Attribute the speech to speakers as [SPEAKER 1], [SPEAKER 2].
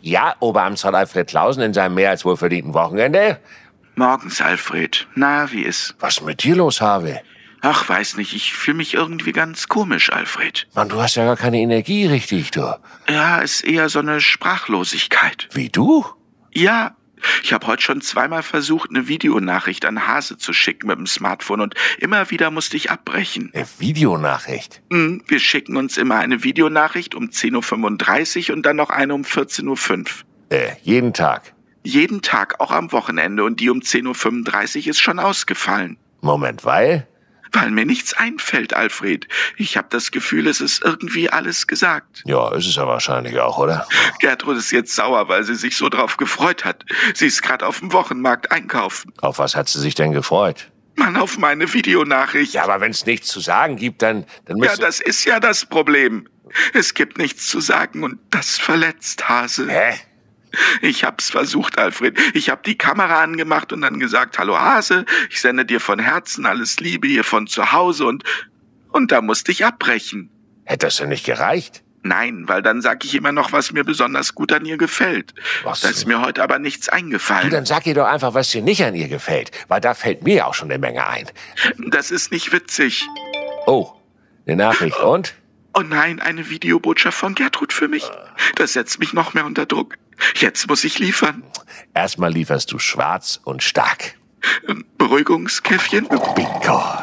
[SPEAKER 1] Ja, Oberamtsrat Alfred Klausen in seinem mehr als wohlverdienten Wochenende.
[SPEAKER 2] Morgens, Alfred. Na, wie ist?
[SPEAKER 1] Was ist mit dir los, Harvey?
[SPEAKER 2] Ach, weiß nicht, ich fühle mich irgendwie ganz komisch, Alfred.
[SPEAKER 1] Mann, du hast ja gar keine Energie richtig, du.
[SPEAKER 2] Ja, ist eher so eine Sprachlosigkeit.
[SPEAKER 1] Wie du?
[SPEAKER 2] Ja, ich habe heute schon zweimal versucht, eine Videonachricht an Hase zu schicken mit dem Smartphone und immer wieder musste ich abbrechen.
[SPEAKER 1] Eine Videonachricht.
[SPEAKER 2] Hm, Wir schicken uns immer eine Videonachricht um 10.35 Uhr und dann noch eine um 14.05 Uhr.
[SPEAKER 1] Äh, jeden Tag.
[SPEAKER 2] Jeden Tag, auch am Wochenende und die um 10.35 Uhr ist schon ausgefallen.
[SPEAKER 1] Moment, weil?
[SPEAKER 2] Weil mir nichts einfällt, Alfred. Ich habe das Gefühl, es ist irgendwie alles gesagt.
[SPEAKER 1] Ja, ist es ja wahrscheinlich auch, oder?
[SPEAKER 2] Gertrud ist jetzt sauer, weil sie sich so drauf gefreut hat. Sie ist gerade auf dem Wochenmarkt einkaufen.
[SPEAKER 1] Auf was hat sie sich denn gefreut?
[SPEAKER 2] Mann, auf meine Videonachricht.
[SPEAKER 1] Ja, aber wenn es nichts zu sagen gibt, dann, dann
[SPEAKER 2] Ja,
[SPEAKER 1] müsste...
[SPEAKER 2] das ist ja das Problem. Es gibt nichts zu sagen und das verletzt Hase.
[SPEAKER 1] Hä?
[SPEAKER 2] Ich hab's versucht, Alfred. Ich hab die Kamera angemacht und dann gesagt, hallo Hase, ich sende dir von Herzen alles Liebe hier von zu Hause und und da musste ich abbrechen.
[SPEAKER 1] Hätte das denn nicht gereicht?
[SPEAKER 2] Nein, weil dann sag ich immer noch, was mir besonders gut an ihr gefällt.
[SPEAKER 1] Was
[SPEAKER 2] Da ist
[SPEAKER 1] denn?
[SPEAKER 2] mir heute aber nichts
[SPEAKER 1] Du,
[SPEAKER 2] eingefallen.
[SPEAKER 1] dann sag ihr doch einfach, was dir nicht an ihr gefällt, weil da fällt mir auch schon eine Menge ein.
[SPEAKER 2] Das ist nicht witzig.
[SPEAKER 1] Oh, eine Nachricht und?
[SPEAKER 2] Oh nein, eine Videobotschaft von Gertrud für mich. Das setzt mich noch mehr unter Druck. Jetzt muss ich liefern.
[SPEAKER 1] Erstmal lieferst du schwarz und stark.
[SPEAKER 2] Beruhigungskäffchen?
[SPEAKER 1] Bingo.